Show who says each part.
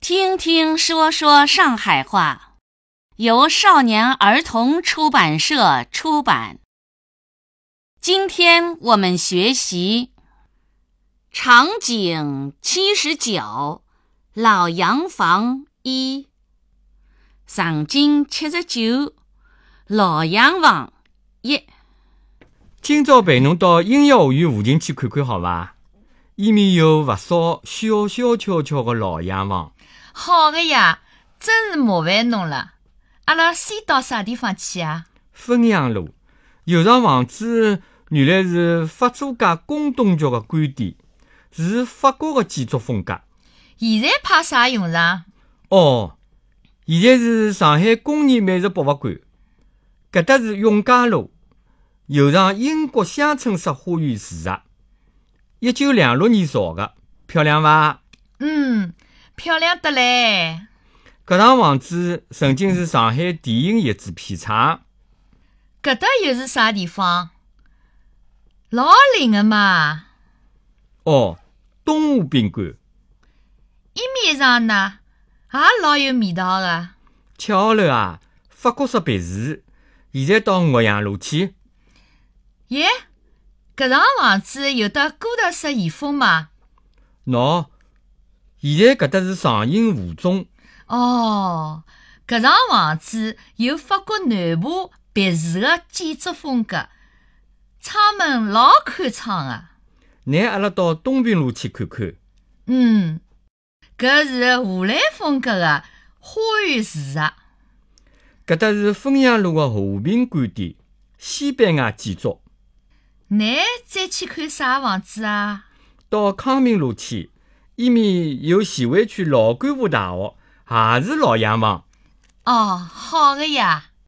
Speaker 1: 听听说说上海话，由少年儿童出版社出版。今天我们学习场景七十九，老洋房一。场景七十九，老洋房一。
Speaker 2: 今朝陪侬到音乐学院附近去看看，好伐？伊面有勿少小小巧巧的老洋房，
Speaker 3: 好个呀，真是麻烦侬了。阿拉先到啥地方去啊？
Speaker 2: 汾阳路有幢房子，原来是法租界工东局的官邸，是法国的建筑风格。
Speaker 3: 现在派啥用场？
Speaker 2: 哦，现在是上海工艺美术博物馆，搿搭是永嘉路，有幢英国乡村式花园住宅，一九两六年造的，漂亮伐？
Speaker 3: 嗯，漂亮得嘞。
Speaker 2: 搿幢房子曾经是上海电影业制片厂，
Speaker 3: 搿搭又是啥地方？老灵个嘛。
Speaker 2: 哦，东湖宾馆。
Speaker 3: 伊面上呢，也老有味道个。
Speaker 2: 七号楼啊，法国式别墅，现在到岳阳路去。
Speaker 3: 耶，搿幢房子有得哥特式遗风嘛？
Speaker 2: 喏，现在搿搭是上影附中，
Speaker 3: 哦，搿幢房子有法国南部别墅个建筑风格，窗门老宽敞个。
Speaker 2: 拿阿拉到东平路去看看。
Speaker 3: 嗯，搿是荷兰风格个花园住宅。
Speaker 2: 搿搭是汾阳路的和平馆邸，西班牙建筑。
Speaker 3: 㑚再去看啥房子啊？
Speaker 2: 到康平路去，伊面有前湾区老干部大学，也是老洋房。
Speaker 3: 哦，好个呀。